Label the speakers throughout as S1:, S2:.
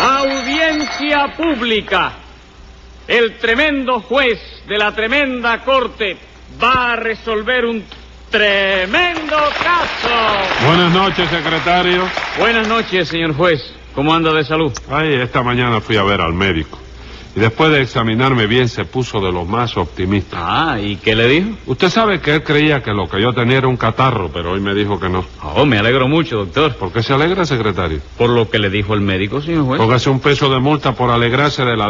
S1: Audiencia pública. El tremendo juez de la tremenda corte va a resolver un tremendo caso.
S2: Buenas noches, secretario.
S1: Buenas noches, señor juez. ¿Cómo anda de salud?
S2: Ay, esta mañana fui a ver al médico. Y después de examinarme bien, se puso de los más optimistas.
S1: Ah, ¿y qué le dijo?
S2: Usted sabe que él creía que lo que yo tenía era un catarro, pero hoy me dijo que no.
S1: Oh, me alegro mucho, doctor.
S2: ¿Por qué se alegra, secretario?
S1: Por lo que le dijo el médico, señor juez.
S2: Póngase un peso de multa por alegrarse de la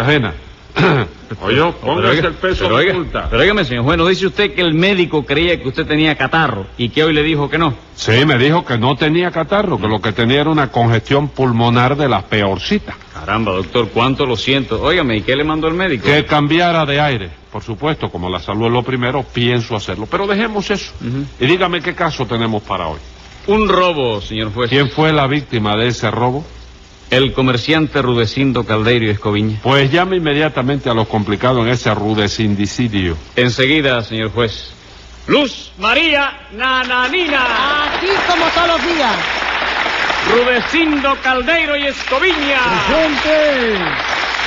S2: ajena. Oye,
S1: Pero
S2: póngase
S1: oiga,
S2: el peso
S1: pero
S2: de
S1: oiga,
S2: multa.
S1: Pero óigame, señor juez, ¿no dice usted que el médico creía que usted tenía catarro y que hoy le dijo que no?
S2: Sí, me dijo que no tenía catarro, que lo que tenía era una congestión pulmonar de las peorcitas.
S1: Caramba, doctor, cuánto lo siento. Óigame, ¿y qué le mandó el médico?
S2: Que cambiara de aire. Por supuesto, como la salud es lo primero, pienso hacerlo. Pero dejemos eso.
S1: Ujú.
S2: Y dígame qué caso tenemos para hoy.
S1: Un robo, señor juez.
S2: ¿Quién fue la víctima de ese robo?
S1: El comerciante Rudecindo Caldeiro y Escoviña.
S2: Pues llame inmediatamente a los complicados en ese rudecindicidio.
S1: Enseguida, señor juez. Luz María Nananina,
S3: Aquí como todos los días.
S1: Rudecindo Caldeiro y Escoviña,
S3: ¡Gente!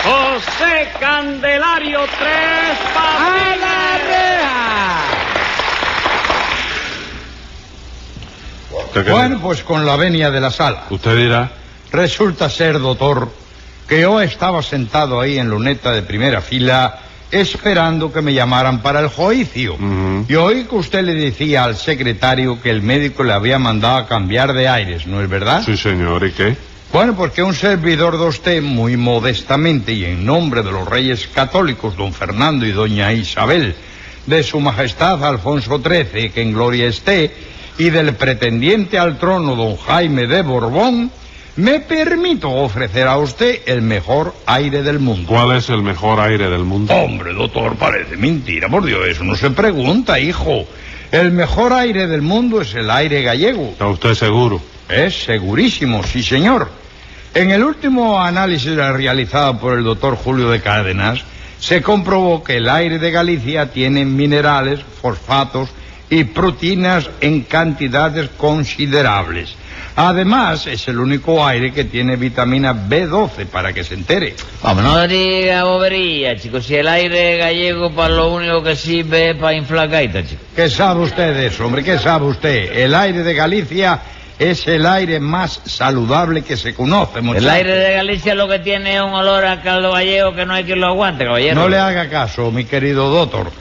S1: José Candelario Tres
S3: ¡A la
S1: Patines.
S3: reja!
S4: Bueno, pues con la venia de la sala.
S2: Usted dirá,
S4: Resulta ser, doctor, que yo estaba sentado ahí en luneta de primera fila esperando que me llamaran para el juicio.
S2: Ujú.
S4: Y oí que usted le decía al secretario que el médico le había mandado a cambiar de aires, ¿no es verdad?
S2: sí señor, ¿y qué?
S4: Bueno, porque un servidor de usted, muy modestamente y en nombre de los reyes católicos, don Fernando y doña Isabel, de su majestad Alfonso XIII, que en gloria esté, y del pretendiente al trono don Jaime de Borbón, me permito ofrecer a usted el mejor aire del mundo.
S2: ¿Cuál es el mejor aire del mundo?
S4: Hombre, doctor, parece mentira, por Dios, eso no se pregunta, hijo. El mejor aire del mundo es el aire gallego.
S2: ¿Está usted seguro?
S4: Es segurísimo, sí señor. En el último análisis realizado por el doctor Julio de Cárdenas, se comprobó que el aire de Galicia tiene minerales, fosfatos y proteínas en cantidades considerables. Además, es el único aire que tiene vitamina B12, para que se entere.
S5: Vamos, no diga bobería, chicos. Si el aire gallego para lo único que sirve es para inflar gaita, chicos.
S4: ¿Qué sabe usted de eso, hombre? ¿Qué sabe usted? El aire de Galicia es el aire más saludable que se conoce, muchachos.
S5: El aire de Galicia lo que tiene es un olor a caldo gallego que no hay quien lo aguante, caballero.
S4: No le haga caso, mi querido doctor.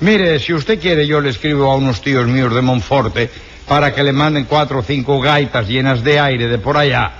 S4: Mire, si usted quiere, yo le escribo a unos tíos míos de Monforte para que le manden cuatro o cinco gaitas llenas de aire de por allá.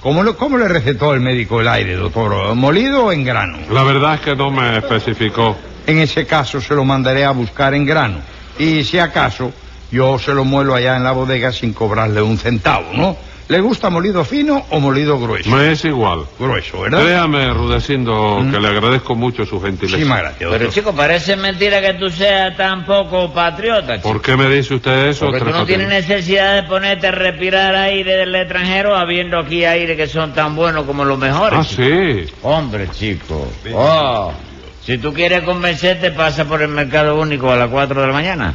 S4: ¿Cómo, lo- cómo le recetó el médico el aire, doctor? ¿Molido o en grano?
S2: La verdad es que no me especificó.
S4: En ese caso se lo mandaré a buscar en grano. Y si acaso, yo se lo muelo allá en la bodega sin cobrarle un centavo, ¿no? ¿Le gusta molido fino o molido grueso?
S2: Me es igual.
S4: Grueso, ¿verdad?
S2: Créame, Rudecindo, que le agradezco mucho su gentileza.
S4: Muchísimas gracias,
S5: Pero,
S4: doctor.
S5: chico, parece mentira que tú seas tan poco patriota, chico.
S2: ¿Por qué me dice usted eso?
S5: Porque tú
S2: Tres
S5: no tienes
S2: Patines?
S5: necesidad de ponerte a respirar aire del extranjero habiendo aquí aire que son tan buenos como los mejores.
S2: Ah,
S5: chico.
S2: sí.
S5: Hombre, chico. Oh, si tú quieres convencerte, pasa por el mercado único a las 4 de la mañana.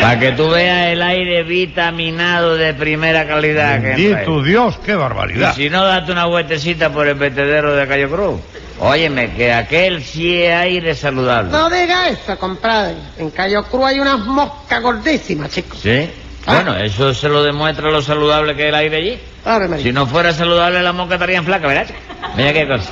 S5: Para que tú veas el aire vitaminado de primera calidad que
S4: Bendito
S5: entra ahí.
S4: Dios, qué
S5: Y
S4: barbaridad.
S5: si no, date una vueltecita por el vertedero de Cayo Cruz. Óyeme, que aquel sí es aire saludable.
S3: No diga eso, compadre. En Cayo Cruz hay unas moscas gordísimas, chicos.
S5: ¿Sí?
S3: Ah.
S5: Bueno, eso se lo demuestra lo saludable que es el aire allí.
S3: Ave María.
S5: Si no fuera saludable, la mosca estaría en flaca, ¿verdad? Mira qué cosa.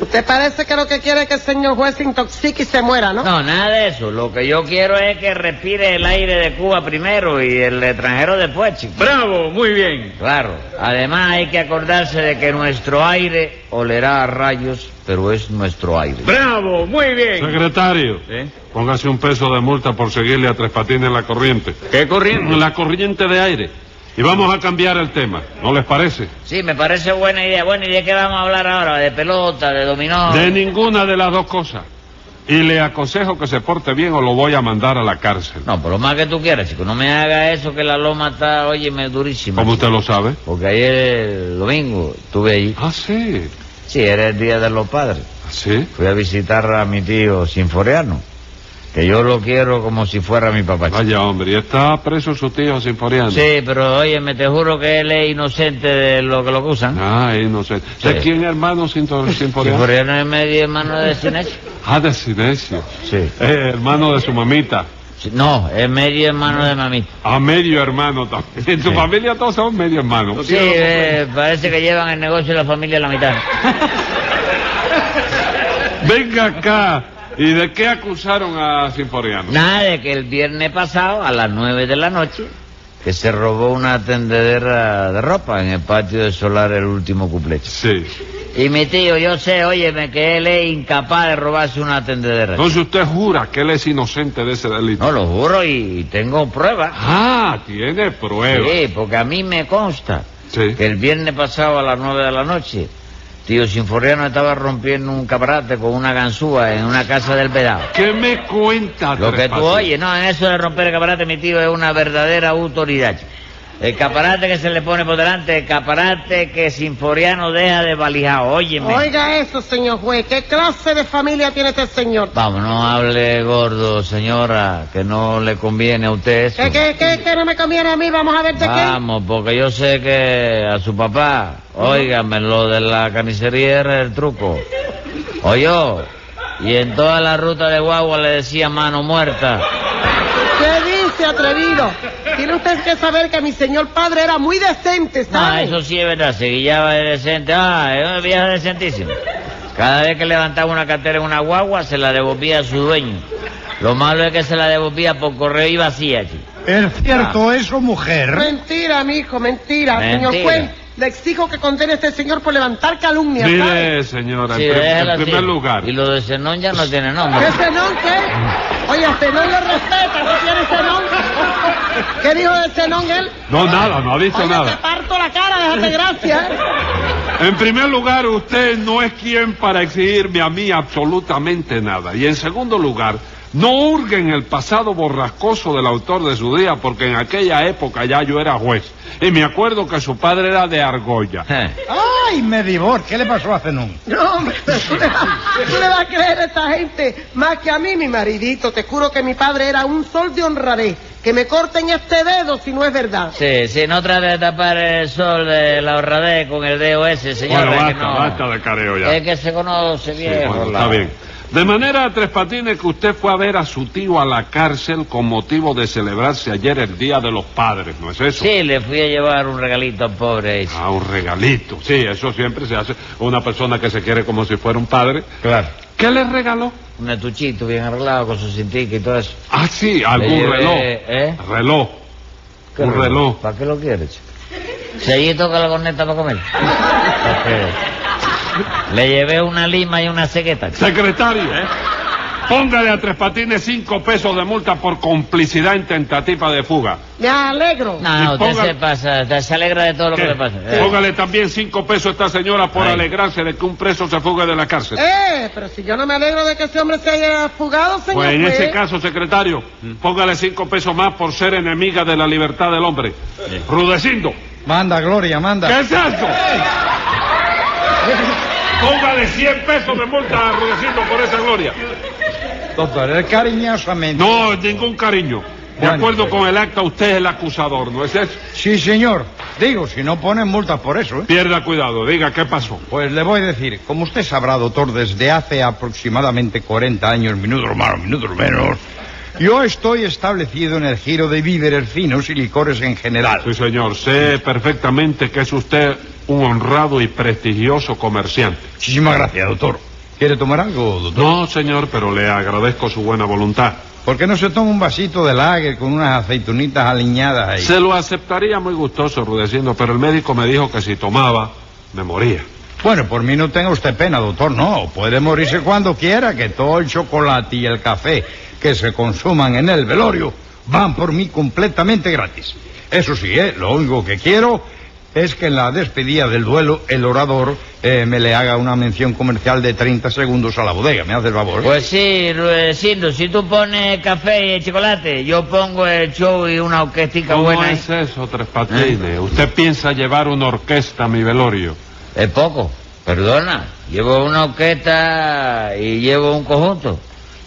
S3: Usted parece que lo que quiere es que el señor juez se intoxique y se muera, ¿no?
S5: No, nada de eso. Lo que yo quiero es que respire el aire de Cuba primero y el extranjero después, chico.
S1: Bravo, muy bien.
S5: Claro. Además hay que acordarse de que nuestro aire olerá a rayos, pero es nuestro aire.
S1: Bravo, muy bien.
S2: Secretario,
S1: ¿Eh?
S2: póngase un peso de multa por seguirle a Tres Patines la corriente.
S1: ¿Qué corriente?
S2: La corriente de aire. Y vamos a cambiar el tema. ¿No les parece?
S5: Sí, me parece buena idea. Bueno, ¿y de qué vamos a hablar ahora? ¿De pelota? ¿De dominó?
S2: De ninguna de las dos cosas. Y le aconsejo que se porte bien o lo voy a mandar a la cárcel.
S5: No, por lo más que tú quieras, chico. No me haga eso que la loma está, óyeme, durísima.
S2: ¿Cómo
S5: chico.
S2: usted lo sabe?
S5: Porque ayer, el domingo, estuve allí.
S2: Ah, sí. Ah,
S5: Sí, era el Día de los Padres.
S2: ¿Sí?
S5: Fui a visitar a mi tío Sinforiano. Que yo lo quiero como si fuera mi papá. chico.
S2: Vaya hombre, ¿y está preso su tío Sinforiano?
S5: Sí, pero óyeme, te juro que él es inocente de lo que lo acusan.
S2: Ah, no sé. ¿De
S5: Sí.
S2: quién hermano Sinto- Sinforiano?
S5: Sinforiano es medio hermano de Sinechi.
S2: Ah, de Sinesio.
S5: Sí.
S2: Eh, hermano de su mamita.
S5: Sí, No, es medio hermano de mamita.
S2: A medio hermano también. En su
S5: Sí.
S2: familia todos son medio hermanos.
S5: Sí, eh, parece que llevan el negocio y la familia a la mitad.
S2: Venga acá. ¿Y de qué acusaron a Sinforiano?
S5: Nada de que el viernes pasado, a las nueve de la noche, que se robó una tendedera de ropa en el patio de solar el último cuplecho.
S2: Sí.
S5: Y mi tío, yo sé, óyeme, que él es incapaz de robarse una tendedera.
S2: Entonces usted jura que él es inocente de ese delito.
S5: No, lo juro y tengo pruebas.
S2: Ah, tiene pruebas.
S5: Sí, porque a mí me consta
S2: Sí.
S5: que el viernes pasado a las nueve de la noche, tío Sinforiano estaba rompiendo un caparate con una ganzúa en una casa del Vedado.
S2: ¿Qué me cuenta?
S5: Lo
S2: Tres
S5: que tú
S2: Patines?
S5: oyes, no, en eso de romper el caparate, mi tío, es una verdadera autoridad. chico. El caparate que se le pone por delante, el caparate que Sinforiano deja de valija, óyeme.
S3: Oiga eso, señor juez. ¿Qué clase de familia tiene este señor?
S5: Vamos, no hable gordo, señora, que no le conviene a usted eso.
S3: ¿Qué, qué, qué, qué no me conviene a mí? Vamos a ver de qué.
S5: Vamos, porque yo sé que a su papá, óigame, lo de la carnicería era el truco. O yo, y en toda la ruta de guagua le decía mano muerta.
S3: ¿Qué dice, atrevido? Tiene usted que saber que mi señor padre era muy decente,
S5: Ah,
S3: ¿sabe?
S5: eso sí es verdad, se guillaba de decente. Ah, era una vieja decentísima. Cada vez que levantaba una cartera en una guagua, se la devolvía a su dueño. Lo malo es que se la devolvía por correo y vacía, chico.
S4: ¿Es cierto eso, mujer?
S3: Mentira, mijo, mentira. Señor
S5: Mentira.
S3: juez, le exijo que condene a este señor por levantar calumnia, ¿sabe?
S2: Mire, señora,
S5: Sí,
S2: en, prim- en
S5: déjala así.
S2: primer lugar.
S5: Y lo de Zenón ya no tiene nombre.
S3: ¿Qué Zenón, qué? este Oye, a Zenón le respeta, ¿no tiene Zenón? ¿Qué dijo de Zenón él?
S2: No, nada, no ha dicho
S3: Oye, te
S2: nada.
S3: parto la cara, déjate gracia, ¿eh?
S2: En primer lugar, usted no es quien para exigirme a mí absolutamente nada. Y en segundo lugar, no hurguen el pasado borrascoso del autor de su día, porque en aquella época ya yo era juez. Y me acuerdo que su padre era de Argolla.
S5: Eh,
S4: Ay, me divor, ¿qué le pasó a Zenón?
S3: No, hombre, tú le, vas, tú le vas a creer a esta gente más que a mí, mi maridito. Te juro que mi padre era un sol de honradez. Que me corten este dedo si no es verdad.
S5: Sí, sí, no trate de tapar el sol de la horradez con el dedo ese, señor.
S2: Bueno,
S5: es que
S2: basta,
S5: no.
S2: basta de careo ya.
S5: Es que se conoce
S2: Sí,
S5: bien.
S2: bueno, está bien. De manera, Tres Patines, que usted fue a ver a su tío a la cárcel con motivo de celebrarse ayer el Día de los Padres, ¿no es eso?
S5: Sí, le fui a llevar un regalito al pobre ese.
S2: Ah, un regalito. Sí, eso siempre se hace a una persona que se quiere como si fuera un padre.
S4: Claro.
S2: ¿Qué le regaló?
S5: Un estuchito bien arreglado con su cintica y todo eso.
S2: Ah, sí, algún
S5: Le llevé,
S2: reloj.
S5: ¿eh?
S2: Reloj.
S5: ¿Qué
S2: Un reloj.
S5: ¿Para qué lo quieres, chico? Si allí toca la corneta para comer. Le llevé una lima y una cegueta. chico.
S2: Secretario, ¿eh? póngale a Tres Patines cinco pesos de multa por complicidad en tentativa de fuga.
S3: Me alegro.
S5: No, no,
S2: Y
S5: usted
S2: ponga-
S5: se pasa, usted se alegra de todo lo que
S2: ¿Qué?
S5: le pasa. Eh,
S2: Póngale también cinco pesos a esta señora por
S5: Ay.
S2: alegrarse de que un preso se fuga de la cárcel.
S3: Eh, pero si yo no me alegro de que ese hombre se haya fugado, señor
S2: Pues en
S3: juez.
S2: ese caso, secretario, póngale cinco pesos más por ser enemiga de la libertad del hombre. Rudecindo.
S4: Manda, Gloria, manda.
S2: ¿Qué es eso? Póngale 100 pesos de multa a Rudecindo por esa gloria.
S4: Doctor, él cariñosamente.
S2: No, ningún cariño. De
S4: Bueno,
S2: acuerdo
S4: pues.
S2: con el acta, usted es el acusador, ¿no es eso?
S4: Sí, señor. Digo, si no ponen multas por eso, ¿eh?
S2: Pierda cuidado, diga qué pasó.
S4: Pues le voy a decir, como usted sabrá, doctor, desde hace aproximadamente 40 años, minutos más, minutos menos, yo estoy establecido en el giro de víveres finos y licores en general.
S2: Sí, señor, sé perfectamente que es usted un honrado y prestigioso comerciante.
S4: Muchísimas gracias, doctor. ¿Quiere tomar algo, doctor?
S2: No, señor, pero le agradezco su buena voluntad.
S4: ¿Por qué no se toma un vasito de lager con unas aceitunitas aliñadas ahí?
S2: Se lo aceptaría muy gustoso, Rudecindo, pero el médico me dijo que si tomaba, me moría.
S4: Bueno, por mí no tenga usted pena, doctor, no. Puede morirse cuando quiera, que todo el chocolate y el café que se consuman en el velorio van por mí completamente gratis. Eso sí, ¿eh? lo único que quiero es que en la despedida del duelo el orador eh, me le haga una mención comercial de 30 segundos a la bodega. ¿Me hace el favor?
S5: Pues sí, Ruedecindo, si tú pones café y chocolate, yo pongo el show y una orquestica
S2: ¿Cómo
S5: buena. ahí.
S2: es eso, Tres Patines? Usted piensa llevar una orquesta a mi velorio.
S5: Es poco, perdona. Llevo una orquesta y llevo un conjunto.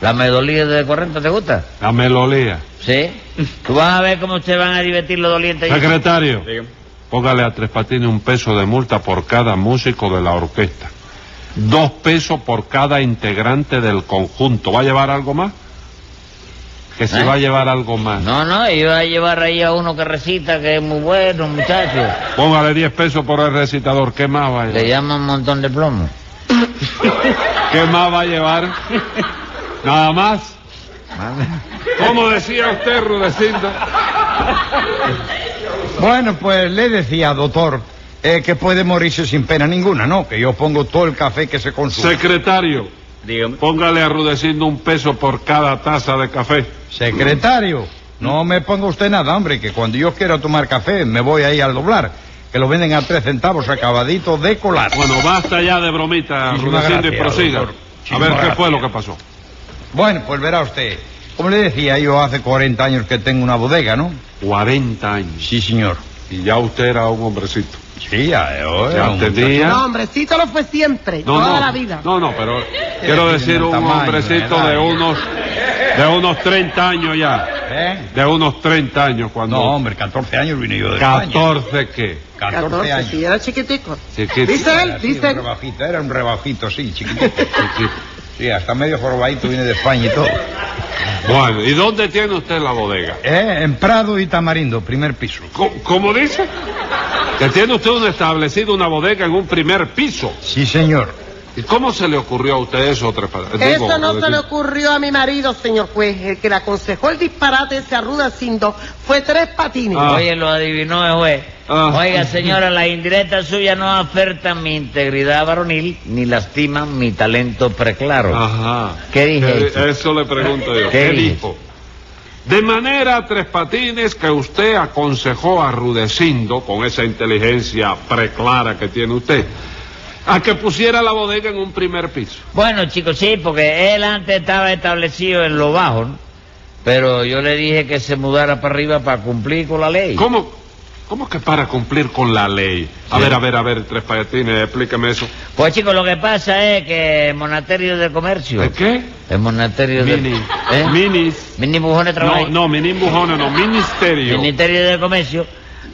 S5: ¿La medolía de Corrento te gusta?
S2: La melolía.
S5: ¿Sí? Tú vas a ver cómo ustedes van a divertir los dolientes. y-
S2: Secretario,
S1: Dígame.
S2: póngale a Tres Patines un peso de multa por cada músico de la orquesta. Dos pesos por cada integrante del conjunto. ¿Va a llevar algo más? Que se
S5: ¿Eh?
S2: va a llevar algo más.
S5: No, no, iba a llevar ahí a uno que recita, que es muy bueno, muchacho.
S2: Póngale 10 pesos por el recitador. ¿Qué más va a
S5: Le
S2: llevar?
S5: llaman montón de plomo.
S2: ¿Qué más va a llevar? Nada más. ¿Cómo decía usted, Rudecindo?
S4: Bueno, pues le decía, doctor, eh, que puede morirse sin pena ninguna, ¿no? Que yo pongo todo el café que se consume.
S2: Secretario,
S1: Dígame.
S2: póngale a Rudecindo un peso por cada taza de café.
S4: Secretario, no me ponga usted nada, hombre, que cuando yo quiera tomar café me voy ahí al doblar, que lo venden a tres centavos acabadito de colar.
S2: Bueno, basta ya de bromita,
S4: Muchísimas
S2: Rudecindo, y
S4: gracias,
S2: prosiga.
S4: doctor.
S2: A
S4: Muchísimas
S2: ver qué
S4: gracias.
S2: fue lo que pasó.
S4: Bueno, pues verá usted. Como le decía, yo hace 40 años que tengo una bodega, ¿no?
S2: 40 años.
S4: Sí, señor.
S2: Y ya usted era un hombrecito.
S4: Sí, ya, yo era
S2: Ya
S4: un
S2: tenía.
S3: No, hombrecito lo fue siempre,
S2: No,
S3: toda
S2: no,
S3: la vida.
S2: no, no, pero quiero
S4: tiene
S2: decir
S4: el
S2: un
S4: tamaño,
S2: hombrecito
S4: la edad.
S2: de unos de unos 30 años ya.
S4: muchacho. ¿Eh?
S2: De unos 30 años cuando...
S4: No, hombre, 14 años vine yo de España.
S2: 14 qué.
S4: 14,
S3: 14,
S4: años.
S3: sí, era chiquitico.
S2: Chiquito.
S3: Dice
S4: Era
S3: él,
S4: así,
S3: dice
S4: un
S3: él.
S4: rebajito, era un rebajito, sí, chiquitito. Sí, hasta medio jorobadito viene de España y todo.
S2: Bueno, ¿y dónde tiene usted la bodega?
S4: ¿Eh? En Prado y Tamarindo, primer piso.
S2: Co- ¿Cómo dice? Que tiene usted un establecido, una bodega en un primer piso.
S4: Sí, señor.
S2: ¿Y cómo se le ocurrió a usted eso, Tres Patines? Pues Digo,
S3: Eso no se le
S2: Rudecindo.
S3: ocurrió a mi marido, señor juez. El que le aconsejó el disparate ese arrudecindo fue tres patines.
S2: Ah.
S5: Oye, lo adivinó el juez.
S2: Ah.
S5: Oiga, señora, las indirectas suyas no afectan mi integridad varonil ni lastiman mi talento preclaro.
S2: Ajá.
S5: ¿Qué dije?
S2: Eh, Eso le pregunto yo.
S5: ¿Qué
S2: ¿Qué,
S5: dije?
S2: dijo? De manera, Tres Patines, que usted aconsejó a Rudecindo, con esa inteligencia preclara que tiene usted, a que pusiera la bodega en un primer piso.
S5: Bueno, chicos, sí, porque él antes estaba establecido en lo bajo, ¿no? Pero yo le dije que se mudara para arriba para cumplir con la ley.
S2: ¿Cómo, cómo que para cumplir con la ley? A
S5: Sí.
S2: ver, a ver, a ver, Tres Patines, explíqueme eso.
S5: Pues, chicos, lo que pasa es que el monasterio de comercio...
S2: ¿De qué?
S5: El monasterio de...
S2: Mini.
S5: ¿Eh?
S2: Minis.
S5: Mini Bujones
S2: No,
S5: trabaja
S2: no, mini bujones, no, ministerio.
S5: El Ministerio de Comercio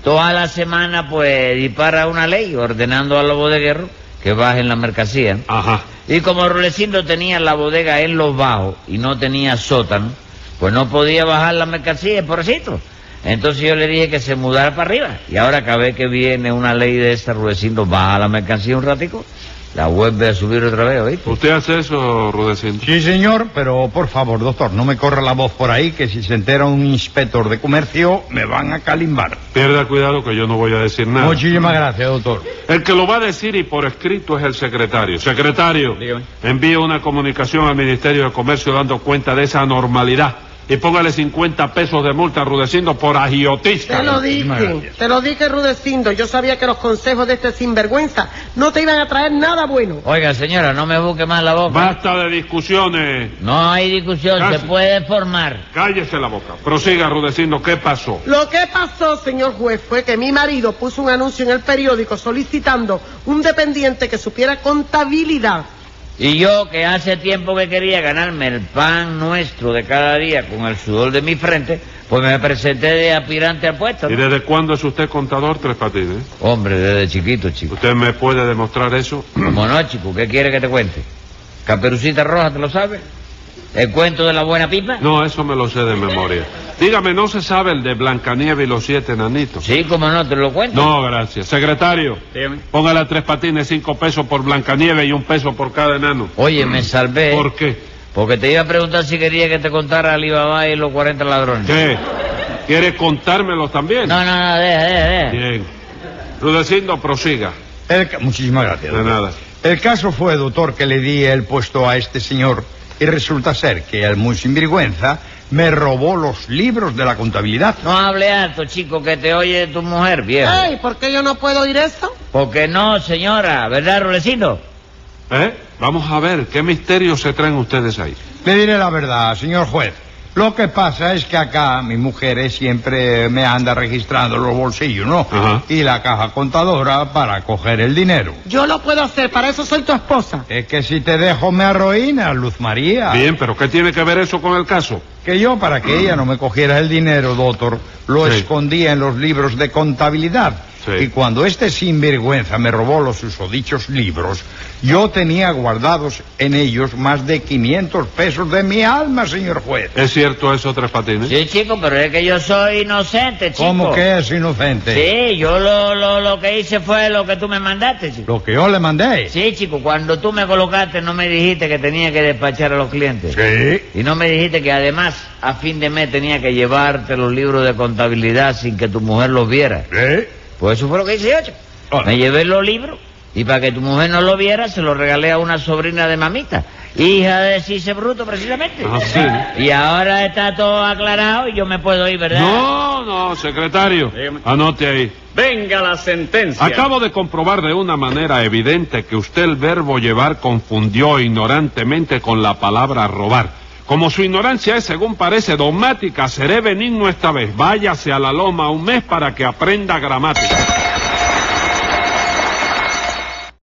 S5: toda la semana pues dispara una ley ordenando a los bodegueros que bajen la mercancía. ¿no?
S2: Ajá.
S5: Y como Rulecindo tenía la bodega en los bajos y no tenía sótano, pues no podía bajar la mercancía, pobrecito. Entonces yo le dije que se mudara para arriba. Y ahora cada vez que viene una ley de esa, Rulecindo baja la mercancía un ratico, la vuelve a subir otra vez, ¿oíste?
S2: ¿Usted hace eso, Rudecindo?
S4: Sí, señor, pero por favor, doctor, no me corra la voz por ahí, que si se entera un inspector de comercio, me van a calimbar.
S2: Pierda cuidado que yo no voy a decir nada.
S4: Muchísimas gracias, doctor.
S2: El que lo va a decir y por escrito es el secretario. Secretario,
S1: Dígame.
S2: envíe una comunicación al Ministerio de Comercio dando cuenta de esa anormalidad y póngale 50 pesos de multa arrudeciendo por
S3: Te
S2: agiotisca.
S3: lo
S4: muchísimas
S3: dije,
S4: gracias.
S3: te lo dije, Rudecindo. Yo sabía que los consejos de este sinvergüenza no te iban a traer nada bueno.
S5: Oiga, señora, no me busque más la boca.
S2: Basta de discusiones.
S5: No hay discusión,
S2: Casi.
S5: se puede formar.
S2: Cállese la boca. Prosiga arrudeciendo. ¿Qué pasó?
S3: Lo que pasó, señor juez, fue que mi marido puso un anuncio en el periódico solicitando un dependiente que supiera contabilidad.
S5: Y yo, que hace tiempo que quería ganarme el pan nuestro de cada día con el sudor de mi frente, pues me presenté de aspirante al puesto.
S2: ¿Y
S5: ¿no?
S2: desde cuándo es usted contador, Tres Patines?
S5: Hombre, desde chiquito, chico.
S2: ¿Usted me puede demostrar eso?
S5: Como no, chico, ¿qué quiere que te cuente? Caperucita Roja, ¿te lo sabes? ¿El cuento de la buena pipa?
S2: No, eso me lo sé de memoria. Dígame, ¿no se sabe el de Blancanieves y los siete enanitos?
S5: Sí, como no, te lo cuento.
S2: No, gracias. Secretario.
S1: Dígame.
S2: Póngale a tres patines cinco pesos por Blancanieves y un peso por cada enano.
S5: Oye, me salvé. ¿eh?
S2: ¿Por qué?
S5: Porque te iba a preguntar si quería que te contara Alibaba y los 40 ladrones.
S2: ¿Qué? ¿Quiere contármelos también?
S5: No, no, no, deja, deja, deja.
S2: Bien. Rudecindo, prosiga.
S4: El ca- Muchísimas gracias.
S2: De
S4: doctor.
S2: nada.
S4: El caso fue, doctor, que le di el puesto a este señor y resulta ser que el muy sinvergüenza me robó los libros de la contabilidad.
S5: No hable alto, chico, que te oye tu mujer, viejo.
S3: ¡Ey! ¿Por qué yo no puedo oír eso?
S5: Porque no, señora, ¿verdad, Rulecino?
S2: ¿Eh? Vamos a ver, ¿qué misterios se traen ustedes ahí?
S4: Le diré la verdad, señor juez. Lo que pasa es que acá mis mujeres siempre me anda registrando los bolsillos, ¿no?
S2: Ajá.
S4: Y la caja contadora para coger el dinero.
S3: Yo lo puedo hacer, para eso soy tu esposa.
S4: Es que si te dejo me arruinas, Luz
S5: Ah.
S4: María.
S2: Bien, pero ¿qué tiene que ver eso con el caso?
S4: Que yo, para que ella no me cogiera el dinero, doctor, lo
S2: Sí.
S4: escondía en los libros de contabilidad.
S2: Sí.
S4: Y cuando este sinvergüenza me robó los susodichos libros, yo tenía guardados en ellos más de 500 pesos de mi alma, señor juez.
S2: ¿Es cierto eso, Tres Patines?
S5: Sí, chico, pero es que yo soy inocente, chico.
S4: ¿Cómo que es inocente?
S5: Sí, yo lo, lo, lo que hice fue lo que tú me mandaste, chico.
S4: Lo que yo le mandé.
S5: Sí, chico, cuando tú me colocaste no me dijiste que tenía que despachar a los clientes.
S4: Sí.
S5: Y no me dijiste que además a fin de mes tenía que llevarte los libros de contabilidad sin que tu mujer los viera.
S4: ¿Eh?
S5: Pues eso fue lo que hice yo, chico.
S4: Ah.
S5: Me llevé los libros y para que tu mujer no lo viera se los regalé a una sobrina de mamita, hija de Cise Bruto precisamente.
S2: Ah, sí, ¿no?
S5: Y ahora está todo aclarado y yo me puedo ir, ¿verdad?
S2: No, no, secretario.
S1: Dígame.
S2: Anote ahí.
S1: Venga la sentencia.
S2: Acabo de comprobar de una manera evidente que usted el verbo llevar confundió ignorantemente con la palabra robar. Como su ignorancia es, según parece, dogmática, seré benigno esta vez. Váyase a la loma un mes para que aprenda gramática.